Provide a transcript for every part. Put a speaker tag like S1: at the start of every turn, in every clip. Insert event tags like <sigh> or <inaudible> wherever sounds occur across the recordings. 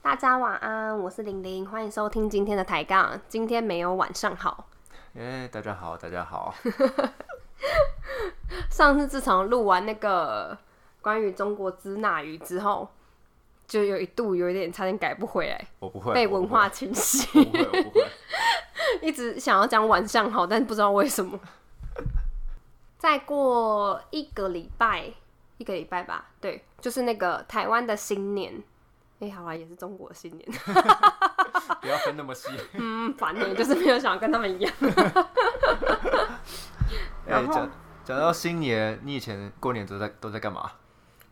S1: 大家晚安，我是玲玲，欢迎收听今天的抬杠。今天没有晚上好，
S2: 哎、大家好，大
S1: <laughs>
S2: 家好。
S1: 上次自从录完那个关于中国支那语之后，就有一度有一点差点改不回来，
S2: 我不会
S1: 被
S2: 我
S1: 文
S2: 不
S1: 化
S2: 会
S1: 侵袭，
S2: <laughs> 我不会，我不会。
S1: 一直想要讲晚上好，但不知道为什么。再过一个礼拜，一个礼拜吧，对，就是那个台湾的新年。哎、好啦，也是中国的新年， <laughs>
S2: 不要分那么细。
S1: 嗯，烦呢，就是没有想要跟他们一样。
S2: 哎、
S1: 然后
S2: 讲讲到新年，你以前过年都在都在干嘛？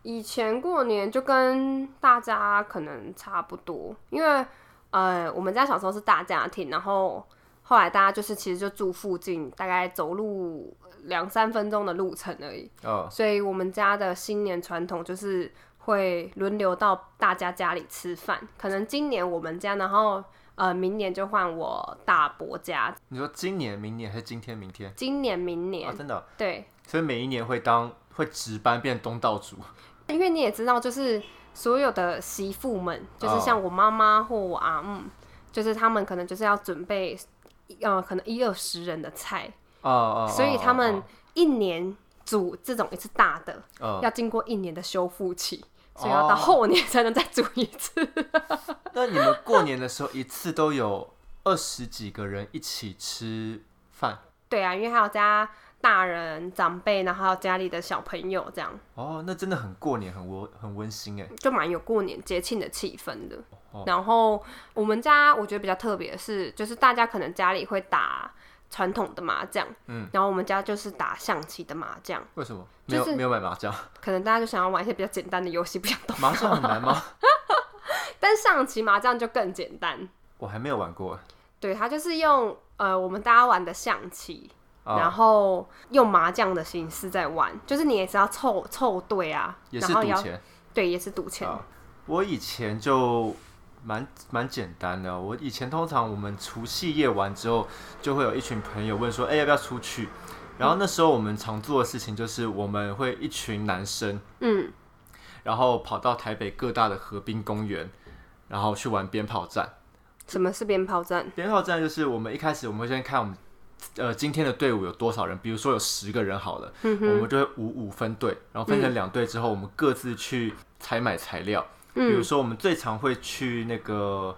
S1: 以前过年就跟大家可能差不多，因为呃，我们家小时候是大家庭，然后后来大家就是其实就住附近，大概走路两三分钟的路程而已，
S2: 哦，
S1: 所以我们家的新年传统就是会轮流到大家家里吃饭，可能今年我们家，然后呃，明年就换我大伯家，
S2: 你说今年、明年还是今天、明天？
S1: 今年明
S2: 啊，
S1: 年
S2: 真的哦、
S1: 对，
S2: 所以每一年会当会值班变东道主。
S1: 因为你也知道，就是所有的媳妇们，就是
S2: 哦
S1: 像我妈妈或我阿姆，就是他们可能就是要准备，呃，可能一二十人的菜，
S2: 哦哦。哦
S1: 所以他们
S2: 哦
S1: 一年煮这种一次大的，
S2: 哦
S1: 要经过一年的修复期，所以
S2: 哦
S1: 要到后年才能再煮一次。
S2: 那你们过年的时候一次都有二十几个人一起吃饭？
S1: 对啊，因为还有加大人长辈，然后还有家里的小朋友，这样
S2: 哦，那真的很过年，很温很温馨哎。
S1: 就蛮有过年节庆的气氛的。
S2: 哦
S1: 然后我们家我觉得比较特别的是，就是大家可能家里会打传统的麻将，
S2: 嗯，
S1: 然后我们家就是打象棋的麻将，
S2: 为什么没
S1: 就
S2: 有、
S1: 是
S2: 没有买麻将？ <laughs>
S1: 可能大家就想要玩一些比较简单的游戏，不想动。
S2: 麻将很难吗？ <laughs>
S1: 但象棋麻将就更简单，
S2: 我还没有玩过。
S1: 对，它就是用呃我们大家玩的象棋，
S2: 哦
S1: 然后用麻将的形式在玩，就是你也是要凑凑对啊，
S2: 也是
S1: 然后
S2: 赌
S1: 也要
S2: 钱。
S1: 对也是赌钱，
S2: 啊我以前就蛮蛮简单的，我以前通常我们除夕夜完之后，就会有一群朋友问说，哎、要不要出去？然后那时候我们常做的事情就是，我们会一群男生，
S1: 嗯，
S2: 然后跑到台北各大的河滨公园，然后去玩鞭炮战。
S1: 什么是鞭炮战？
S2: 编号战就是我们一开始我们会先看我们呃今天的队伍有多少人，比如说有十个人好了，
S1: 嗯
S2: 我们就会五五分队，然后分成两队之后，我们各自去采买材料。比
S1: 嗯
S2: 如说我们最常会去那个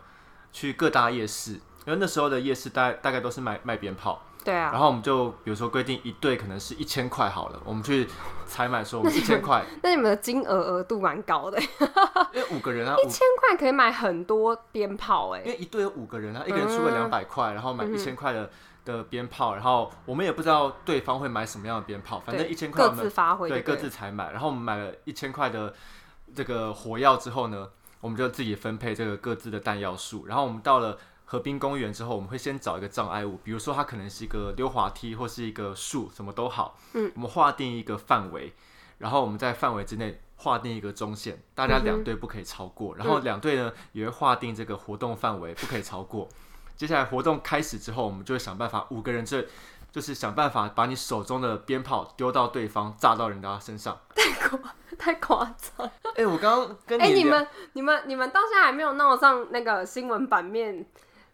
S2: 去各大夜市，因为那时候的夜市大大概都是卖卖鞭炮，
S1: 对啊，
S2: 然后我们就比如说规定一队可能是一千块好了，我们去采买说我们一
S1: <laughs>
S2: 千块，
S1: 那你们的金额额度蛮高的，
S2: 因为五个人啊，
S1: 一
S2: 五
S1: 千块可以买很多鞭炮哎、
S2: 因为一队有五个
S1: 嗯
S2: 人啊，一个人出个两百块，然后买一千块的的鞭炮，然后我们也不知道对方会买什么样的鞭炮，反正
S1: 对
S2: 一千块
S1: 各
S2: 我
S1: 自
S2: 们
S1: 发挥就
S2: 对
S1: 对
S2: 各
S1: 了
S2: 自采买，然后我们买了一千块的这个火药之后呢，我们就自己分配这个各自的弹药数，然后我们到了。河滨公园之后，我们会先找一个障碍物，比如说它可能是一个溜滑梯或是一个树，什么都好。
S1: 嗯，
S2: 我们划定一个范围，然后我们在范围之内划定一个中线，大家
S1: 嗯
S2: 两队不可以超过，然后两队呢也会划定这个活动范围，不可以超过。接下来活动开始之后，我们就会想办法，五个人这就是想办法把你手中的鞭炮丢到对方，炸到人家身上。
S1: <laughs> 太夸张！
S2: 哎、我刚刚跟
S1: 哎、你
S2: 聊，
S1: 们、你们、你们到现在还没有闹上那个新闻版面，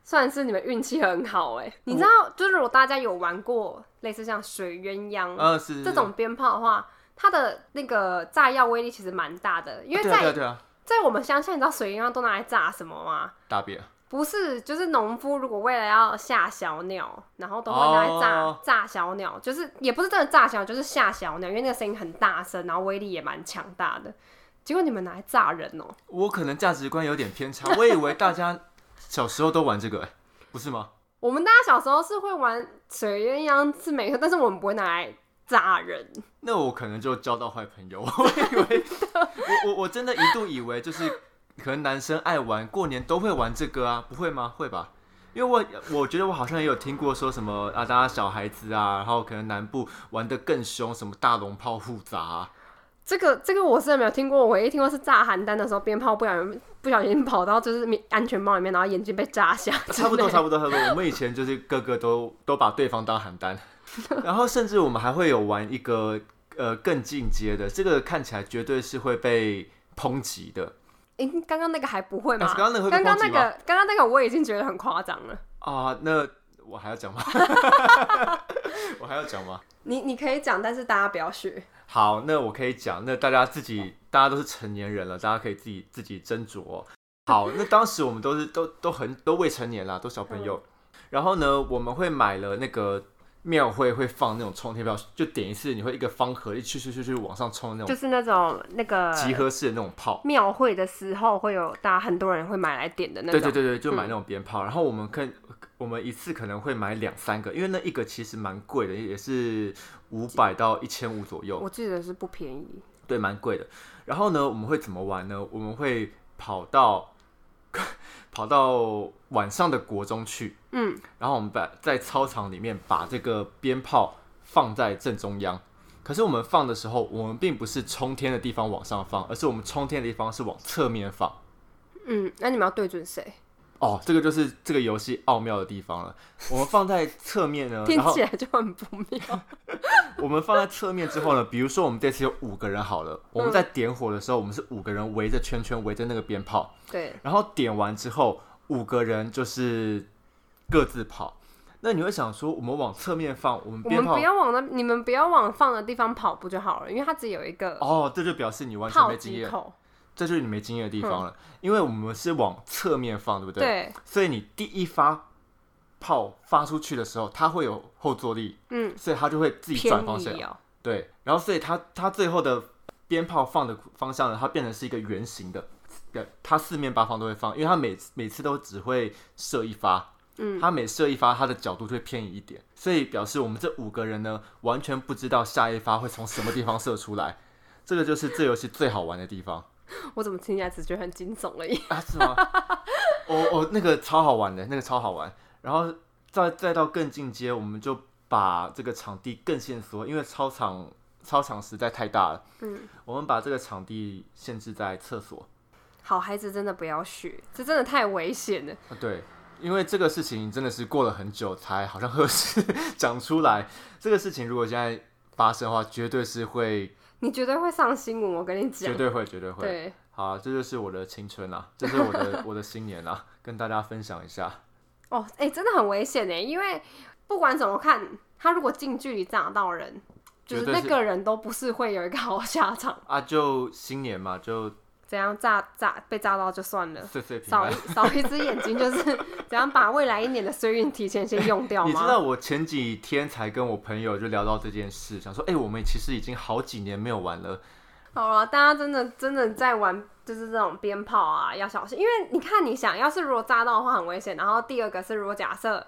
S1: 算是你们运气很好哎、你知道，就是如果大家有玩过类似像水鸳鸯、
S2: 呃，是是
S1: 这种鞭炮的话，它的那个炸药威力其实蛮大的，因为
S2: 对
S1: 在、
S2: 啊对啊对啊，
S1: 在我们乡下，你知道水鸳鸯都拿来炸什么吗？
S2: 大便
S1: 不是，就是农夫如果为了要吓小鸟，然后都会拿来炸、
S2: 哦
S1: 炸小鸟，就是也不是真的炸小鸟，就是吓小鸟，因为那个声音很大声，然后威力也蛮强大的。结果你们拿来炸人哦、
S2: 我可能价值观有点偏差，我以为大家小时候都玩这个、哎不是吗？
S1: 我们大家小时候是会玩水鸳鸯是没错，但是我们不会拿来炸人。
S2: 那我可能就交到坏朋友。我以
S1: <laughs>
S2: 为，我我我真的一度以为就是可能男生爱玩，过年都会玩这个啊，不会吗？会吧？因为我我觉得我好像也有听过说什么啊，大家小孩子啊，然后可能南部玩的更凶，什么大龙炮互砸、啊，
S1: 这个这个我是没有听过，我唯一听过是炸邯郸的时候，鞭炮不小心不小心跑到就是棉安全帽里面，然后眼睛被炸瞎。 <laughs>
S2: 差不多差不多差不多。我们以前就是个个都都把对方当邯郸，然后甚至我们还会有玩一个呃更进阶的，这个看起来绝对是会被抨击的，
S1: 诶，刚刚那个还不会吗？
S2: 刚刚那个会
S1: 刚
S2: 被
S1: 刚
S2: 抨
S1: 那
S2: 击吗
S1: 个，刚刚那个我已经觉得很夸张了。
S2: 啊，那我还要讲吗？我还要讲吗？
S1: 你你可以讲，但是大家不要学。
S2: 好，那我可以讲，那大家自己，大家都是成年人了，大家可以自己自己斟酌哦、好，那当时我们都是都都很都未成年啦，都小朋友。
S1: 嗯
S2: 然后呢，我们会买了那个庙会会放那种冲天票，就点一次，你会一个方盒，一去去去去往上冲的那
S1: 就
S2: 种
S1: 是那种那个
S2: 集合式的那种炮。
S1: 庙会的时候，会有大家很多人会买来点的那
S2: 对
S1: 种。嗯
S2: 对对对，就买那种鞭炮。然后我们看，我们一次可能会买两三个，因为那一个其实蛮贵的，也是五百到一千五左右。
S1: 我记得是不便宜。
S2: 对，蛮贵的。然后呢，我们会怎么玩呢？我们会跑到 <laughs> 跑到晚上的国中去，
S1: 嗯，
S2: 然后我们把在操场里面把这个鞭炮放在正中央。可是我们放的时候，我们并不是冲天的地方往上放，而是我们冲天的地方是往侧面放。
S1: 嗯，那你们要对准谁？，
S2: 哦，这个就是这个游戏奥妙的地方了。我们放在侧面呢
S1: 听
S2: 呃然后
S1: 起来就很不妙。
S2: <laughs> 我们放在侧面之后呢，比如说我们这次有五个人好了，我们在点火的时候，我们是五个人围着圈圈围着那个鞭炮，
S1: 对，
S2: 然后点完之后，五个人就是各自跑。那你会想说，我们往侧面放，我们
S1: 我
S2: 鞭
S1: 们
S2: 炮
S1: 不要往那，你们不要往放的地方跑步就好了，因为它只有一个
S2: 哦，这就表示你完全
S1: 炮
S2: 没经
S1: 击
S2: 验，
S1: 口。嗯
S2: 这就是你没经验的地方了。因为我们是往侧面放，对不对？
S1: 对，
S2: 所以你第一发炮发出去的时候，它会有后坐力，
S1: 嗯，
S2: 所以它就会自己
S1: 偏
S2: 转方向。
S1: 移哦。
S2: 对，然后所以它它最后的鞭炮放的方向呢，它变成是一个圆形的，表它四面八方都会放，因为它每每次都只会射一发，嗯，它每射一发，它的角度就会偏移一点，所以表示我们这五个人呢，完全不知道下一发会从什么地方射出来，这个就是这游戏最好玩的地方
S1: 我怎么听起来只觉得很惊悚了一样？
S2: <laughs> 啊，是吗？我我、那个超好玩的，那个超好玩，然后再再到更进阶，我们就把这个场地更限缩，因为操场操场实在太大了。
S1: 嗯，
S2: 我们把这个场地限制在厕所。
S1: 好孩子真的不要学，这真的太危险了。
S2: 啊对，因为这个事情真的是过了很久才好像合 <laughs> 适讲出来。这个事情如果现在发生的话，绝对是会，
S1: 你绝对会上新闻，我跟你讲
S2: 绝。对会，绝对会。
S1: 对，
S2: 好啊、这就是我的青春啦，这是我的我的新年啦，跟大家分享一下。
S1: 哦，哎、真的很危险呢，因为不管怎么看，他如果近距离砸到人，就是
S2: 绝对
S1: 那
S2: 是
S1: 个人都不是会有一个好下场。
S2: 啊，就新年嘛，就
S1: 怎样炸炸被炸到就算了，
S2: 岁岁平
S1: 少
S2: 安
S1: 一。少一只眼睛就是 <laughs> 怎样把未来一年的衰运提前先用掉
S2: <laughs> 你
S1: 吗？
S2: 知道我前几天才跟我朋友就聊到这件事，想说，哎、我们其实已经好几年没有玩了，
S1: 好啊了，大家真的真的在玩就是这种鞭炮啊，要小心，因为你看你想要是如果炸到的话很危险，然后第二个是如果假设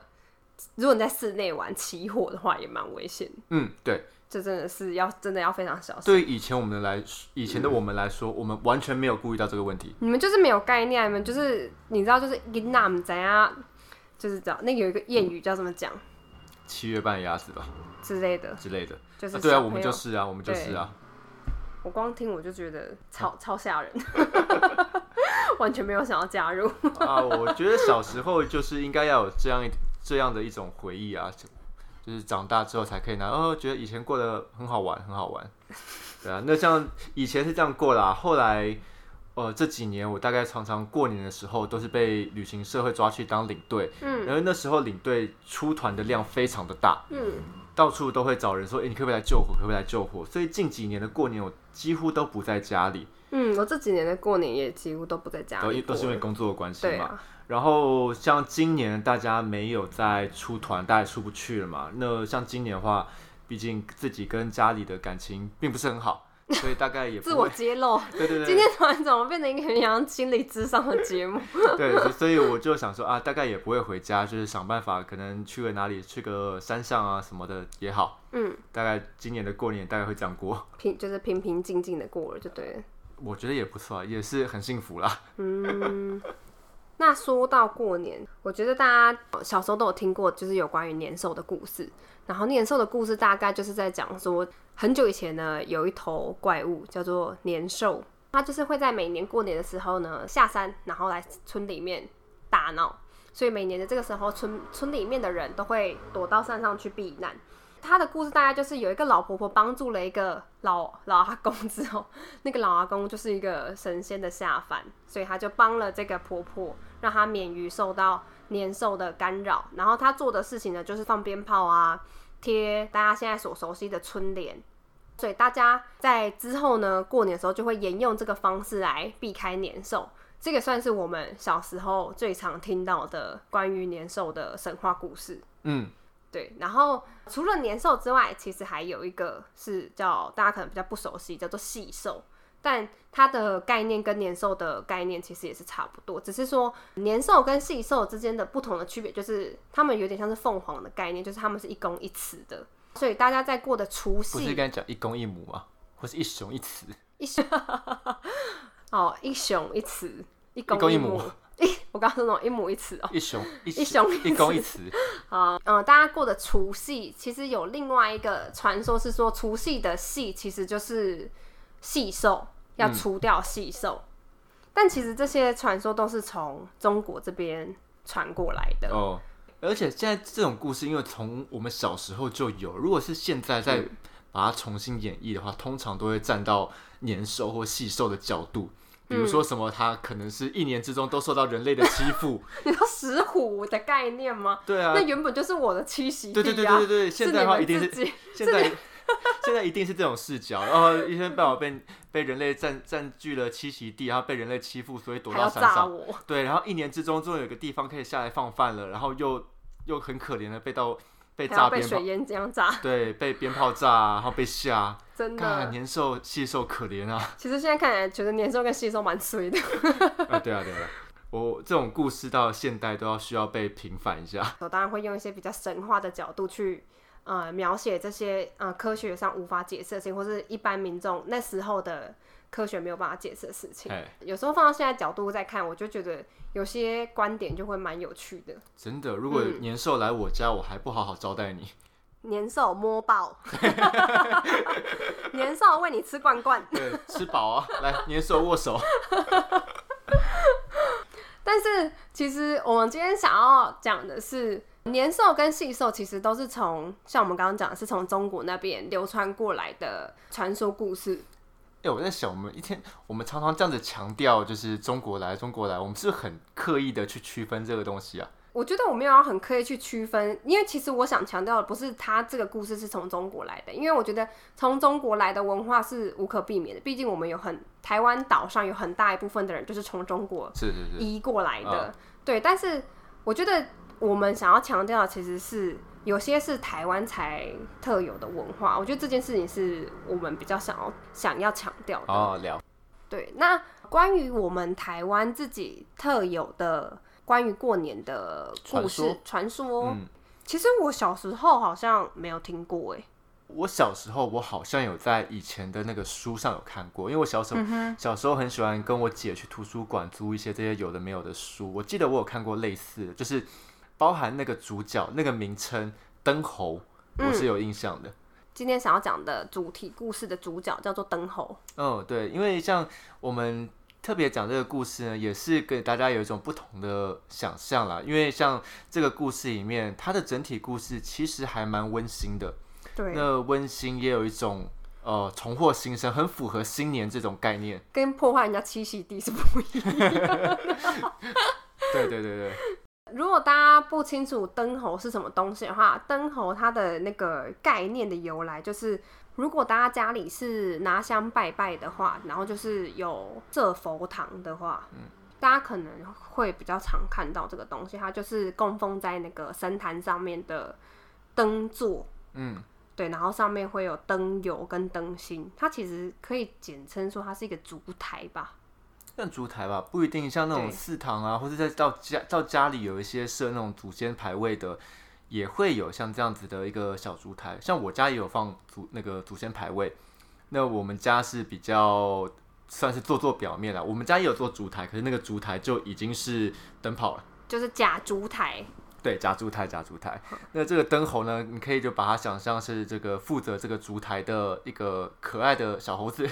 S1: 如果你在室内玩起火的话也蛮危险，
S2: 嗯，对，
S1: 这真的是要真的要非常小心。
S2: 对于以前我们的来，以前的我们来说，我们完全没有顾虑到这个问题。
S1: 你们就是没有概念，啊你们就是你知道就是云南怎样，就是这样，那个有一个谚语叫怎么讲
S2: 七月半鸭子吧
S1: 之类的，
S2: 之类的，
S1: 就是、
S2: 啊对啊，我们就。是啊，我们就是啊。
S1: 我光听我就觉得
S2: 嗯
S1: 超超吓人， <laughs> 完全没有想要加入。
S2: 啊，我觉得小时候就是应该要有这样一这样的一种回忆啊，就就是长大之后才可以拿，哦，觉得以前过得很好玩，很好玩。 <laughs> 对啊，那像以前是这样过啦、后来呃这几年我大概常常过年的时候都是被旅行社会抓去当领队，
S1: 嗯
S2: 然后那时候领队出团的量非常的大，
S1: 嗯，
S2: 到处都会找人说：“哎、你可不可以来救火？可不可以来救火？”所以近几年的过年，我几乎都不在家里，
S1: 嗯，我这几年的过年也几乎都不在家
S2: 都
S1: 里
S2: 因
S1: 过
S2: 都
S1: 了，
S2: 是因为工作的关系
S1: 对
S2: 嘛。
S1: 啊，
S2: 然后像今年大家没有再出团，大家也出不去了嘛。那像今年的话，毕竟自己跟家里的感情并不是很好，所以大概也不
S1: 自我
S2: 会
S1: 揭露。
S2: 对对
S1: <laughs> 今
S2: 对
S1: 天突然怎么变成一个很像心理智商的节目？
S2: 对，
S1: <laughs>
S2: 所以所以我就想说啊，大概也不会回家，就是想办法可能去个哪里，去个山上啊什么的也好。
S1: 嗯，
S2: 大概今年的过年大概会这样过，
S1: 平就是平平静静的过了就对了。
S2: 我觉得也不错啊，也是很幸福啦。
S1: 那说到过年，我觉得大家小时候都有听过，就是有关于年兽的故事。然后年兽的故事大概就是在讲说，很久以前呢，有一头怪物叫做年兽，它就是会在每年过年的时候呢下山，然后来村里面大闹。所以每年的这个时候，村村里面的人都会躲到山上去避难。他的故事大概就是有一个老婆婆帮助了一个老老阿公之后，那个老阿公就是一个神仙的下凡，所以他就帮了这个婆婆，让她免于受到年兽的干扰。然后他做的事情呢，就是放鞭炮啊，贴大家现在所熟悉的春联。所以大家在之后呢，过年的时候就会沿用这个方式来避开年兽。这个算是我们小时候最常听到的关于年兽的神话故事。
S2: 嗯，
S1: 对，然后除了年兽之外，其实还有一个是叫大家可能比较不熟悉，叫做细兽。但它的概念跟年兽的概念其实也是差不多，只是说年兽跟细兽之间的不同的区别，就是它们有点像是凤凰的概念，就是它们是一公一雌的。所以大家在过的除
S2: 不是
S1: 夕，
S2: 跟你讲一公一母吗？或是一雄一雌？
S1: 一雄哦，一雄一雌，一
S2: 一
S1: 公
S2: 公一
S1: 母
S2: 母，
S1: 一我刚刚说那种一母一雌哦。
S2: 一雄一
S1: 一雄一
S2: 一公一雌，
S1: 嗯，大家过的除夕，其实有另外一个传说是说，除夕的夕其实就是细兽，要
S2: 嗯
S1: 除掉细兽。但其实这些传说都是从中国这边传过来的。
S2: 哦，而且现在这种故事，因为从我们小时候就有，如果是现在再
S1: 嗯
S2: 把它重新演绎的话，通常都会站到年兽或细兽的角度。比如
S1: 嗯
S2: 说什么，它可能是一年之中都受到人类的欺
S1: <laughs>
S2: 负，
S1: <laughs> 你说石虎的概念吗？
S2: 对啊
S1: 那，原本就是我的栖息地、
S2: 对
S1: 啊。
S2: 对对对对对，现在的话一定
S1: 是
S2: 是
S1: 你们自己
S2: 现在 <laughs> 现在一定是这种视角，然后一天到晚被被人类占占据了栖息地，然后被人类欺负，所以躲
S1: 还
S2: 到
S1: 要
S2: 山
S1: 炸
S2: 上。
S1: 我。
S2: 对，然后一年之中终于有个地方可以下来放饭了，然后又又很可怜的被到被
S1: 还
S2: 炸
S1: 要被
S2: 鞭炮
S1: 水，淹这样炸，
S2: 对，被鞭炮炸啊，然后被吓，
S1: 真
S2: 看
S1: 的。
S2: 年兽细兽可怜啊！
S1: 其实现在看起来，觉得年兽跟细兽蛮衰的。
S2: <laughs> 啊，对啊，对啊，我这种故事到现代都要需要被平反一下。
S1: 我当然会用一些比较神话的角度去呃描写这些呃科学上无法解释的事情，或是一般民众那时候的科学没有办法解释的事情。
S2: 哎，
S1: 有时候放到现在角度再看，我就觉得有些观点就会蛮有趣的。
S2: 真的，如果年兽来我家，我还不好好招待你。
S1: 年兽摸爆， <laughs> 年兽喂你吃罐罐。
S2: 对， <laughs> 吃饱啊，来，年兽握手。
S1: 但是其实我们今天想要讲的是，年兽跟细兽其实都是从像我们刚刚讲的是从中国那边流传过来的传说故事。
S2: 哎、我在想，我们一天我们常常这样子强调，就是中国来，中国来，我们是不是很刻意的去区分这个东西啊？
S1: 我觉得我没有要很刻意去区分，因为其实我想强调的不是他这个故事是从中国来的，因为我觉得从中国来的文化是无可避免的，毕竟我们有很台湾岛上有很大一部分的人就是从中国
S2: 是是是，
S1: 移过来的，
S2: 啊
S1: 对。但是我觉得我们想要强调的其实是有些是台湾才特有的文化，我觉得这件事情是我们比较想要想要强调的。
S2: 哦，聊，
S1: 对，那关于我们台湾自己特有的关于过年的故事传说，
S2: 嗯，
S1: 其实我小时候好像没有听过哎。
S2: 我小时候我好像有在以前的那个书上有看过，因为我小时候、小时候很喜欢跟我姐去图书馆租一些这些有的没有的书，我记得我有看过类似的，就是包含那个主角那个名称灯猴，我是有印象的。
S1: 今天想要讲的主题故事的主角叫做灯猴，
S2: 嗯，对，因为像我们特别讲这个故事呢，也是给大家有一种不同的想象啦。因为像这个故事里面，它的整体故事其实还蛮温馨的。
S1: 对，
S2: 那温馨也有一种呃重获新生，很符合新年这种概念。
S1: 跟破坏人家栖息地是不一样。
S2: <laughs> 对对对对，
S1: 如果大家不清楚灯猴是什么东西的话，灯猴它的那个概念的由来就是，如果大家家里是拿香拜拜的话，然后就是有设佛堂的话，大家可能会比较常看到这个东西，它就是供奉在那个神坛上面的灯座，
S2: 嗯，
S1: 对，然后上面会有灯油跟灯芯，它其实可以简称说它是一个烛台吧，
S2: 像烛台吧，不一定像那种
S1: 对
S2: 祠堂啊，或者在到家到家里有一些设那种祖先牌位的。也会有像这样子的一个小烛台，像我家也有放祖那个祖先牌位。那我们家是比较算是做做表面啦，我们家也有做烛台，可是那个烛台就已经是灯泡了。
S1: 就是假烛台，
S2: 对，夹烛台，夹烛台。那这个灯猴呢，你可以就把它想象是这个负责这个烛台的一个可爱的小猴子。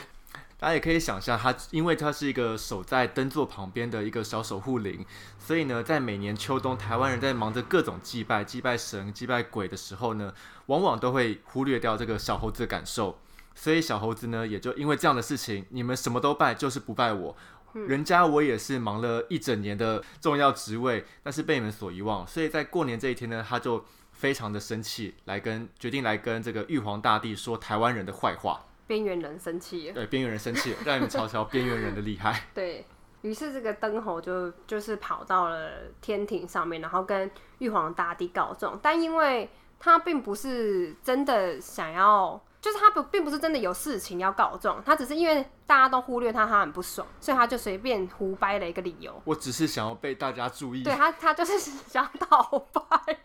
S2: 大家也可以想象，它因为它是一个守在灯座旁边的一个小守护灵，所以呢，在每年秋冬，台湾人在忙着各种祭拜、祭拜神、祭拜鬼的时候呢，往往都会忽略掉这个小猴子的感受。所以小猴子呢，也就因为这样的事情，你们什么都拜，就是不拜我。人家我也是忙了一整年的重要职位，但是被你们所遗忘，所以在过年这一天呢，他就非常的生气，来跟决定来跟这个玉皇大帝说台湾人的坏话。
S1: 边缘人生气了。
S2: 对，边缘人生气了，让你们瞧瞧边缘人的厉害。
S1: 对于是，这个灯猴就就是跑到了天庭上面，然后跟玉皇大帝告状。但因为他并不是真的想要，就是他不并不是真的有事情要告状，他只是因为大家都忽略他，他很不爽，所以他就随便胡掰了一个理由。
S2: 我只是想要被大家注意。
S1: 对他，他就是想讨拍。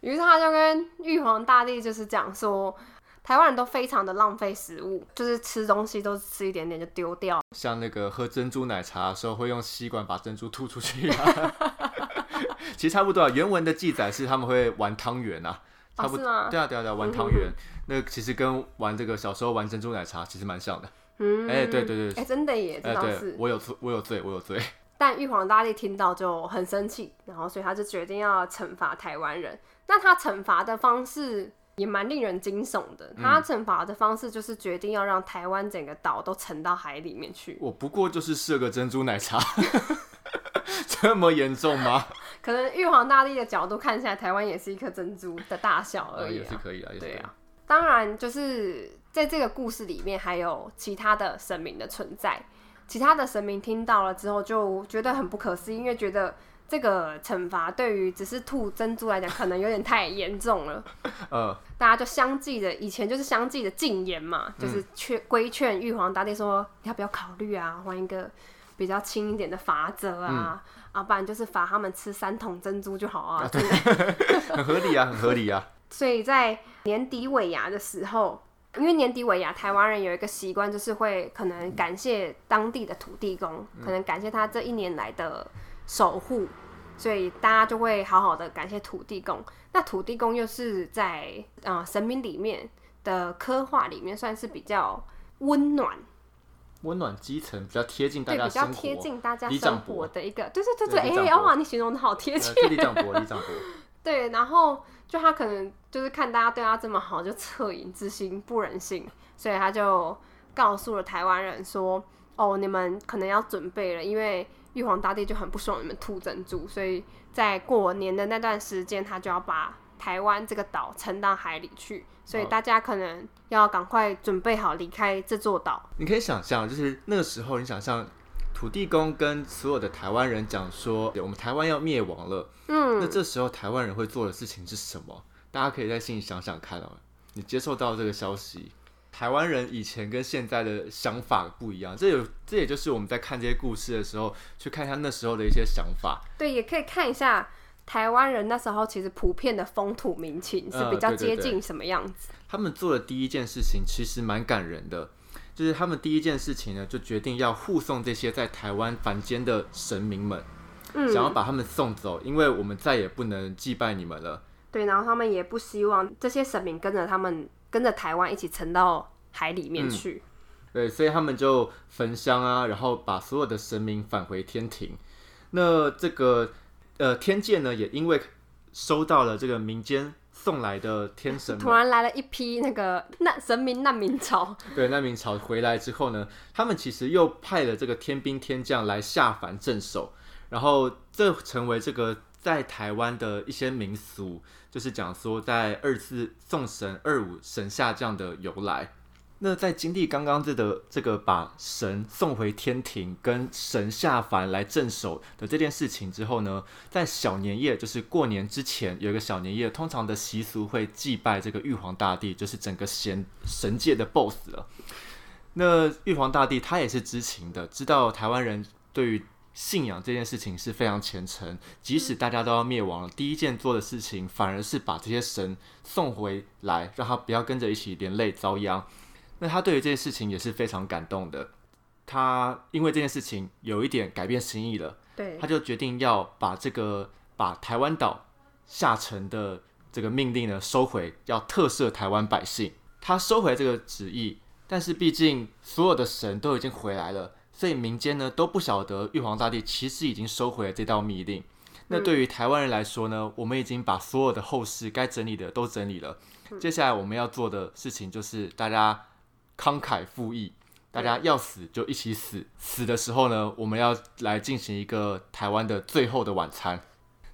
S1: 于是他就跟玉皇大帝就是讲说，台湾人都非常的浪费食物，就是吃东西都吃一点点就丢掉。
S2: 像那个喝珍珠奶茶的时候，会用吸管把珍珠吐出去、啊。其实差不多啊，原文的记载是他们会玩汤圆啊，
S1: 哦
S2: 差不
S1: 是
S2: 多。
S1: 吗
S2: 对啊，对啊，对啊，玩汤圆，那其实跟玩这个小时候玩珍珠奶茶其实蛮像的。
S1: 嗯，
S2: 哎对对对
S1: 哎、真的耶，
S2: 哎、
S1: 这倒
S2: 对
S1: 是。，
S2: 我有错，我有罪，我有罪。
S1: 但玉皇大帝听到就很生气，然后所以他就决定要惩罚台湾人。那他惩罚的方式也蛮令人惊悚的，他
S2: 嗯
S1: 惩罚的方式就是决定要让台湾整个岛都沉到海里面去。
S2: 我不过就是射个珍珠奶茶，这么严重吗？
S1: 可能玉皇大帝的角度看起来，台湾也是一颗珍珠的大小而
S2: 呃
S1: 已、
S2: 也
S1: 啊。
S2: 是可以啊，也是可以
S1: 对啊。当然，就是在这个故事里面还有其他的神明的存在，其他的神明听到了之后就觉得很不可思议，因为觉得这个惩罚对于只是吐珍珠来讲，可能有点太严重 <laughs> 了。
S2: 呃，
S1: 大家就相继的，以前就是相继的禁言嘛，就是劝规劝玉皇大帝说，你要不要考虑啊，换一个比较轻一点的法则啊，啊，不然就是罚他们吃三桶珍珠就好啊。之类的
S2: 很合理啊，很合理啊。
S1: 所以在年底尾牙的时候，因为年底尾牙，台湾人有一个习惯，就是会可能感谢当地的土地公，
S2: 嗯
S1: 可能感谢他这一年来的守护，所以大家就会好好的感谢土地公。那土地公又是在呃神明里面的刻画里面，算是比较温暖，
S2: 温暖基层，比较贴近大
S1: 对，
S2: 家
S1: 比较
S2: 生活。
S1: 贴近大家
S2: 李
S1: 生
S2: 长
S1: 活
S2: 伯
S1: 的一个，对对对
S2: 对李
S1: 对，哎
S2: 长
S1: 呀
S2: 伯
S1: 哇，你形容的好贴
S2: 呃
S1: 切
S2: 是李长博，李长博，
S1: 对，然后就他可能就是看大家对他这么好，就恻隐之心不忍心，所以他就告诉了台湾人说：“哦，你们可能要准备了，因为玉皇大帝就很不爽你们吐珍珠，所以在过年的那段时间，他就要把台湾这个岛沉到海里去，所以
S2: 哦
S1: 大家可能要赶快准备好离开这座岛。
S2: 你可以想象，就是那个时候，你想象土地公跟所有的台湾人讲说，我们台湾要灭亡了。
S1: 嗯，
S2: 那这时候台湾人会做的事情是什么？大家可以在心里想想看哦。你接受到这个消息，台湾人以前跟现在的想法不一样，这有这也就是我们在看这些故事的时候，去看一下那时候的一些想法。
S1: 对，也可以看一下台湾人那时候其实普遍的风土民情是
S2: 呃
S1: 比较
S2: 对
S1: 接
S2: 对对
S1: 近什么样子。
S2: 他们做的第一件事情其实蛮感人的，就是他们第一件事情呢，就决定要护送这些在台湾凡间的神明们，
S1: 嗯，
S2: 想要把他们送走，因为我们再也不能祭拜你们了。
S1: 对，然后他们也不希望这些神明跟着他们跟着台湾一起沉到海里
S2: 嗯
S1: 面去。
S2: 对，所以他们就焚香啊，然后把所有的神明返回天庭。那这个呃天界呢，也因为收到了这个民间送来的天神
S1: 突
S2: 们，
S1: 然来了一批那个难神明难民潮，
S2: 对难民潮回来之后呢，他们其实又派了这个天兵天将来下凡镇守，然后这成为这个在台湾的一些民俗，就是讲说在二次送神、二五神下降的由来。那在经历刚刚这的这个把神送回天庭跟神下凡来镇守的这件事情之后呢，在小年夜，就是过年之前有一个小年夜，通常的习俗会祭拜这个玉皇大帝，就是整个神神界的 BOSS 了。那玉皇大帝他也是知情的，知道台湾人对于信仰这件事情是非常虔诚，即使大家都要灭亡了，第一件做的事情反而是把这些神送回来，让他不要跟着一起连累遭殃。那他对于这件事情也是非常感动的，他因为这件事情有一点改变心意了。
S1: 对
S2: 他就决定要把这个把台湾岛下沉的这个命令呢收回，要特赦台湾百姓。他收回这个旨意，但是毕竟所有的神都已经回来了，所以民间呢都不晓得玉皇大帝其实已经收回了这道密令。那对于台湾人来说呢，我们已经把所有的后事该整理的都整理了，接下来我们要做的事情就是大家慷慨赴义，大家要死就一起死，死的时候呢，我们要来进行一个台湾的最后的晚餐，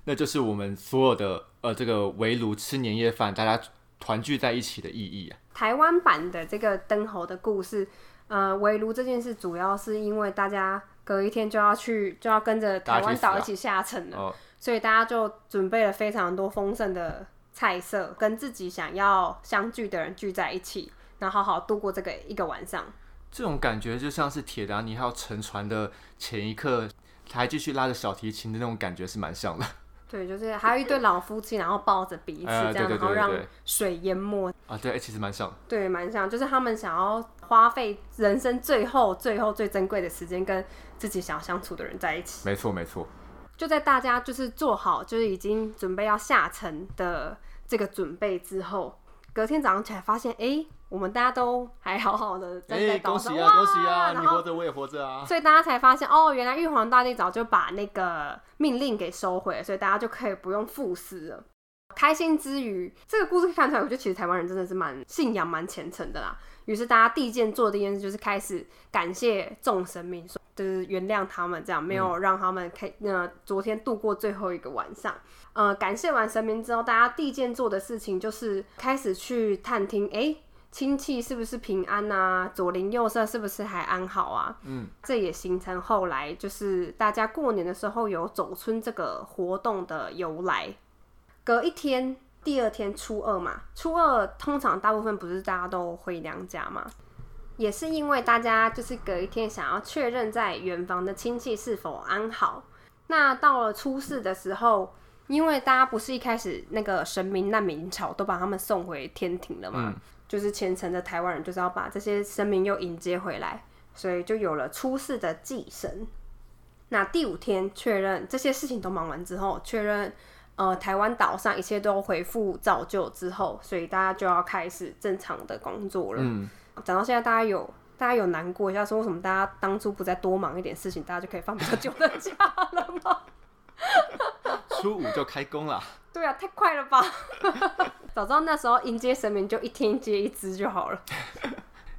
S2: 那就是我们所有的呃这个围炉吃年夜饭，大家团聚在一起的意义啊。
S1: 台湾版的这个灯猴的故事，呃，围炉这件事主要是因为大家隔一天就要去，就要跟着台湾岛一起下沉了，
S2: 哦，
S1: 所以大家就准备了非常多丰盛的菜色，跟自己想要相聚的人聚在一起，然后好好度过这个一个晚上。
S2: 这种感觉就像是铁达尼号沉船的前一刻，还继续拉着小提琴的那种感觉是蛮像的。
S1: 对，就是还有一对老夫妻，然后抱着彼此这
S2: 哎
S1: 样，
S2: 对对对
S1: 然后
S2: 对
S1: 让
S2: 对
S1: 水淹没。
S2: 啊，对，欸其实蛮像的。
S1: 对，蛮像，就是他们想要花费人生最后、最后、最珍贵的时间，跟自己想要相处的人在一起。
S2: 没错，没错。
S1: 就在大家就是做好，就是已经准备要下沉的这个准备之后，隔天早上起来发现，哎、我们大家都还好好的
S2: 哎、
S1: 站在岛
S2: 恭
S1: 上，
S2: 喜
S1: 哇
S2: 啊，恭喜啊！
S1: 然
S2: 你
S1: 后
S2: 活着，我也活着啊。
S1: 所以大家才发现，哦，原来玉皇大帝早就把那个命令给收回了，所以大家就可以不用赋诗了。开心之余，这个故事可以看出来，我觉得其实台湾人真的是蛮信仰、蛮虔诚的啦。于是大家第一件做的一件事就是开始感谢众神明，说就是原谅他们，这样没有让他们开呃昨天度过最后一个晚上。呃，感谢完神明之后，大家第一件做的事情就是开始去探听，哎、亲戚是不是平安啊？左邻右舍是不是还安好啊？
S2: 嗯，
S1: 这也形成后来就是大家过年的时候有走村这个活动的由来。隔一天，第二天初二嘛，初二通常大部分不是大家都回娘家嘛，也是因为大家就是隔一天想要确认在远房的亲戚是否安好。那到了初四的时候，因为大家不是一开始那个神明难民潮都把他们送回天庭了嘛，
S2: 嗯
S1: 就是虔诚的台湾人就是要把这些神明又迎接回来，所以就有了初四的祭神。那第五天确认这些事情都忙完之后，确认呃台湾岛上一切都恢复照旧之后，所以大家就要开始正常的工作了。
S2: 嗯，
S1: 讲到现在，大家有大家有难过一下，说为什么大家当初不再多忙一点事情，大家就可以放比较久的假 <laughs> 了吗？
S2: 初五就开工了。
S1: 对啊，太快了吧！ <laughs> 早知道那时候迎接神明就一天接一只就好了。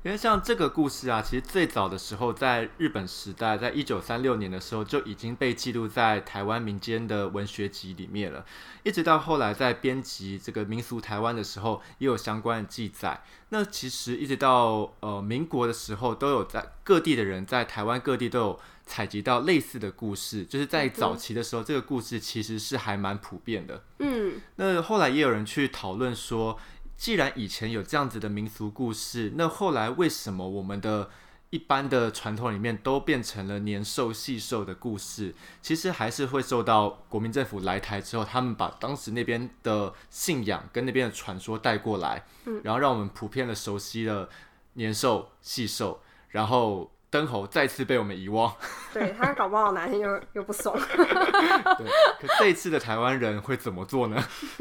S2: 因为像这个故事啊，其实最早的时候，在日本时代，在一九三六年的时候就已经被记录在台湾民间的文学集里面了。一直到后来在编辑这个民俗台湾的时候，也有相关的记载。那其实一直到呃民国的时候，都有在各地的人在台湾各地都有采集到类似的故事，就是在早期的时候，这个故事其实是还蛮普遍的。
S1: 嗯，
S2: 那后来也有人去讨论说，既然以前有这样子的民俗故事，那后来为什么我们的一般的传统里面都变成了年兽、细兽的故事？其实还是会受到国民政府来台之后，他们把当时那边的信仰跟那边的传说带过来，然后让我们普遍的熟悉了年兽、细兽，然后灯猴再次被我们遗忘。
S1: 对他搞不好哪天又又不爽。
S2: 对，可这一次的台湾人会怎么做呢？ <laughs>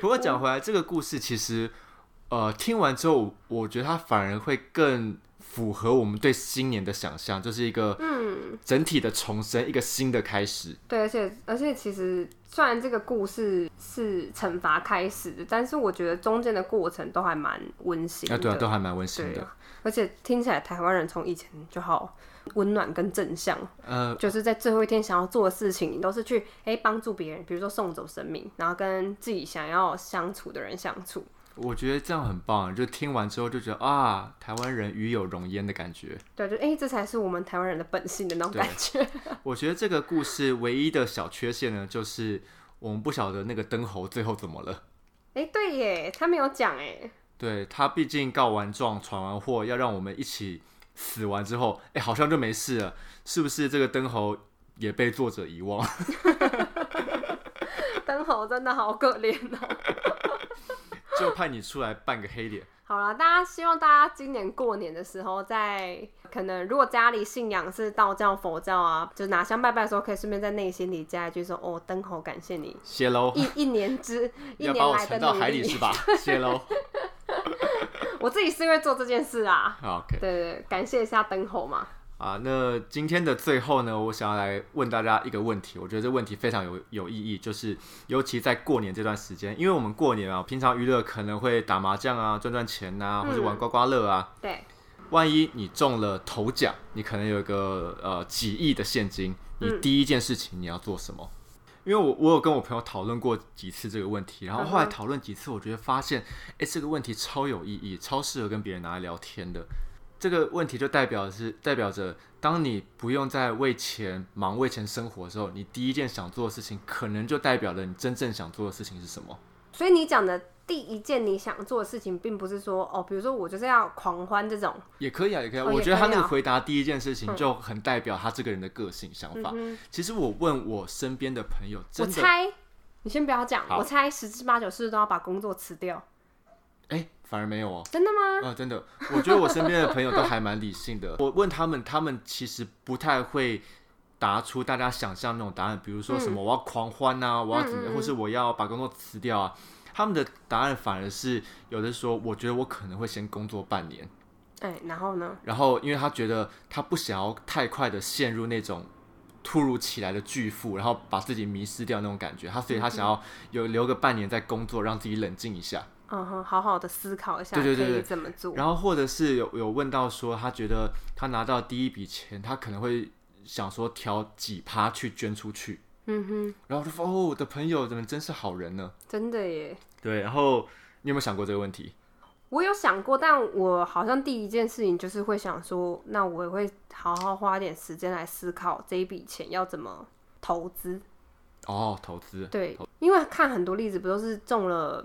S2: 不过讲回来，这个故事其实，呃，听完之后，我觉得它反而会更符合我们对新年的想象，就是一个
S1: 嗯，
S2: 整体的重生，一个新的开始。
S1: 对，而且而且其实虽然这个故事是惩罚开始的，但是我觉得中间的过程都还蛮温馨的。
S2: 啊，对啊，都还蛮温馨
S1: 对
S2: 的。
S1: 啊，而且听起来台湾人从以前就好温暖跟正向，
S2: 呃，
S1: 就是在最后一天想要做的事情，你都是去哎帮、助别人，比如说送走神明，然后跟自己想要相处的人相处。
S2: 我觉得这样很棒，啊就听完之后就觉得啊，台湾人与有容焉的感觉。
S1: <laughs> 对，就哎、诶这才是我们台湾人的本性的那种
S2: 对
S1: 感觉。
S2: 我觉得这个故事唯一的小缺陷呢，就是我们不晓得那个灯猴最后怎么了。
S1: 哎、对耶， <laughs> 他没有讲哎，
S2: 对他毕竟告完状、闯完祸，要让我们一起死完之后，哎，好像就没事了，是不是？这个灯猴也被作者遗忘， <laughs>
S1: 灯猴真的好可怜哦、
S2: 就派你出来扮个黑脸。
S1: 好啦，大家希望大家今年过年的时候在，可能如果家里信仰是道教、佛教啊，就拿香拜拜的时候，可以顺便在内心里加一句说：“哦，灯猴，感谢你
S2: 谢喽，
S1: 一一年之一
S2: 要
S1: 年
S2: 把我
S1: 来的
S2: 沉到 <laughs>
S1: 努
S2: 海里
S1: 力。
S2: 是吧？谢喽，”
S1: 我自己是因为做这件事啊。
S2: 好，OK
S1: 对对，对感谢一下灯猴嘛。
S2: 啊，那今天的最后呢，我想要来问大家一个问题，我觉得这问题非常有有意义，就是尤其在过年这段时间，因为我们过年啊，平常娱乐可能会打麻将啊，赚赚钱呐、或者
S1: 嗯
S2: 玩刮刮乐啊。
S1: 对，
S2: 万一你中了头奖，你可能有一个呃几亿的现金，你
S1: 嗯
S2: 第一件事情你要做什么？因为我我有跟我朋友讨论过几次这个问题，然后后来
S1: 嗯哼
S2: 讨论几次，我觉得发现，哎、这个问题超有意义，超适合跟别人拿来聊天的。这个问题就代表是代表着，当你不用再为钱忙、为钱生活的时候，你第一件想做的事情，可能就代表了你真正想做的事情是什么。
S1: 所以你讲的第一件你想做的事情，并不是说哦，比如说我就是要狂欢这种，
S2: 也可以啊，也可以、啊。
S1: 哦
S2: 我
S1: 也
S2: 觉得
S1: 可
S2: 他
S1: 以
S2: 那个
S1: 啊
S2: 回答第一件事情就很代表他这个人的个性、想法。其实我问我身边的朋友，
S1: 嗯我
S2: 真的，
S1: 猜。你先不要讲，
S2: 好
S1: 我猜十之八九是都要把工作辞掉，
S2: 哎、反而没有哦。
S1: 真的吗？
S2: 啊、真的，我觉得我身边的朋友都还蛮理性的。 <laughs> 我问他们，他们其实不太会答出大家想象那种答案，比如
S1: 嗯
S2: 说什么我要狂欢啊，我要怎么样，或是我要把工作辞掉啊。他们的答案反而是有的说，我觉得我可能会先工作半年，
S1: 哎、然后呢？
S2: 然后因为他觉得他不想要太快的陷入那种突如其来的巨富，然后把自己迷失掉那种感觉，他所以他想要有留个半年在工作，让自己冷静一下。
S1: 嗯哼，好好的思考一下，
S2: 对对对
S1: 可以
S2: 对
S1: 怎么做？
S2: 然后或者是有有问到说，他觉得他拿到第一笔钱，他可能会想说调几趴去捐出去。
S1: 嗯
S2: 然后我就说哦，我的朋友怎么真是好人呢
S1: 哼？，真的耶。
S2: 对，然后你有没有想过这个问题？
S1: 我有想过，但我好像第一件事情就是会想说，那我也会好好花点时间来思考这一笔钱要怎么投资。
S2: 哦，投资，
S1: 对，因为看很多例子，不都是中了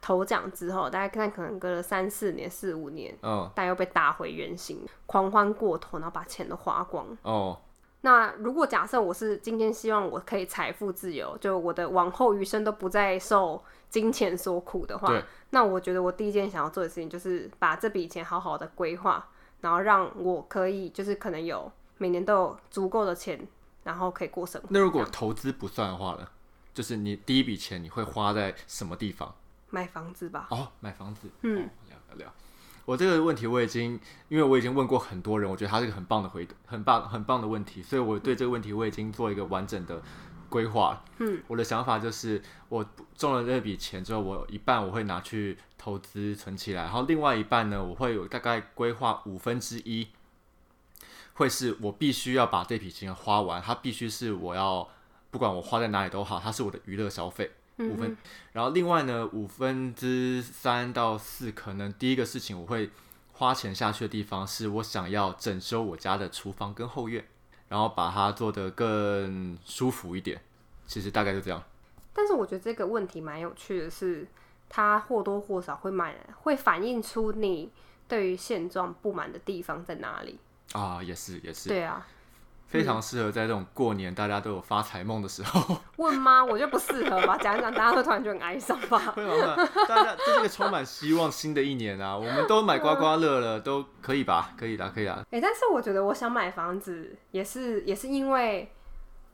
S1: 头奖之后，大概看可能隔了三四年、四五年，
S2: 嗯，
S1: 但又被打回原形，狂欢过头，然后把钱都花光。
S2: 哦，
S1: 那如果假设我是今天希望我可以财富自由，就我的往后余生都不再受金钱所苦的话
S2: 对，
S1: 那我觉得我第一件想要做的事情就是把这笔钱好好的规划，然后让我可以就是可能有每年都有足够的钱，然后可以过生活。
S2: 那如果投资不算的话呢？就是你第一笔钱你会花在什么地方？
S1: 买房子吧，
S2: 哦，买房子，嗯，聊聊聊。我这个问题我已经，因为我已经问过很多人，我觉得他是个很棒的回，很棒很棒的问题，所以我对这个问题我已经做一个完整的规划。嗯，我的想法就是，我中了这笔钱之后，我有一半我会拿去投资存起来，然后另外一半呢，我会有大概规划五分之一，会是我必须要把这笔钱花完，它必须是我要不管我花在哪里都好，它是我的娱乐消费。五分，然后另外呢，五分之三到四，可能第一个事情我会花钱下去的地方是我想要整修我家的厨房跟后院，然后把它做得更舒服一点。其实大概就这样。
S1: 但是我觉得这个问题蛮有趣的是，它或多或少会满会反映出你对于现状不满的地方在哪里。
S2: 啊，也是也是，
S1: 对啊，
S2: 非常适合在这种过年大家都有发财梦的时候， <laughs>
S1: 问吗？我就不适合吧，讲一讲，大家都突然就很哀伤 <laughs> 吧。
S2: 会吗？大家这是一个充满希望新的一年啊！我们都买刮刮乐了，都可以吧？可以啦，可以啦。
S1: 哎、但是我觉得我想买房子也是也是因为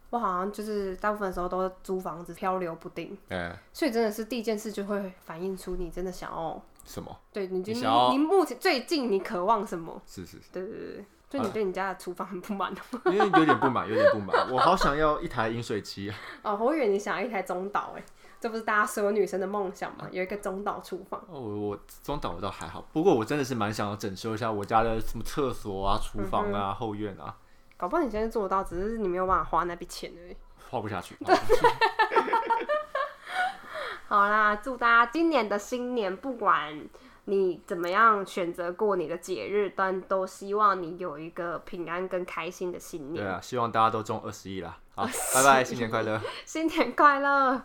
S1: 我好像就是大部分时候都租房子漂流不定，
S2: 哎、
S1: 所以真的是第一件事就会反映出你真的想要
S2: 什么？
S1: 对你就
S2: 你
S1: 你
S2: 想要
S1: 你目前最近你渴望什么？
S2: 是是是。
S1: 对对对，就
S2: 啊
S1: 你对你家的厨房很不满哦
S2: 因为有点不满，有点不满。我好想要一台饮水机啊！
S1: <laughs> 哦。我以为你想要一台中岛哎、这不是大家所有女生的梦想吗？有一个中岛厨房。
S2: 哦，我我中岛我倒还好，不过我真的是蛮想要整修一下我家的什么厕所啊、厨房啊、后院啊，
S1: 搞不好你现在做得到，只是你没有办法花那笔钱而已。
S2: 花不下去。
S1: 好啦，祝大家今年的新年，不管你怎么样选择过你的节日，但都希望你有一个平安跟开心的新
S2: 对啊
S1: 年。
S2: 啊，希望大家都中二十亿啦！好，拜拜，新年快乐！
S1: 新年快乐！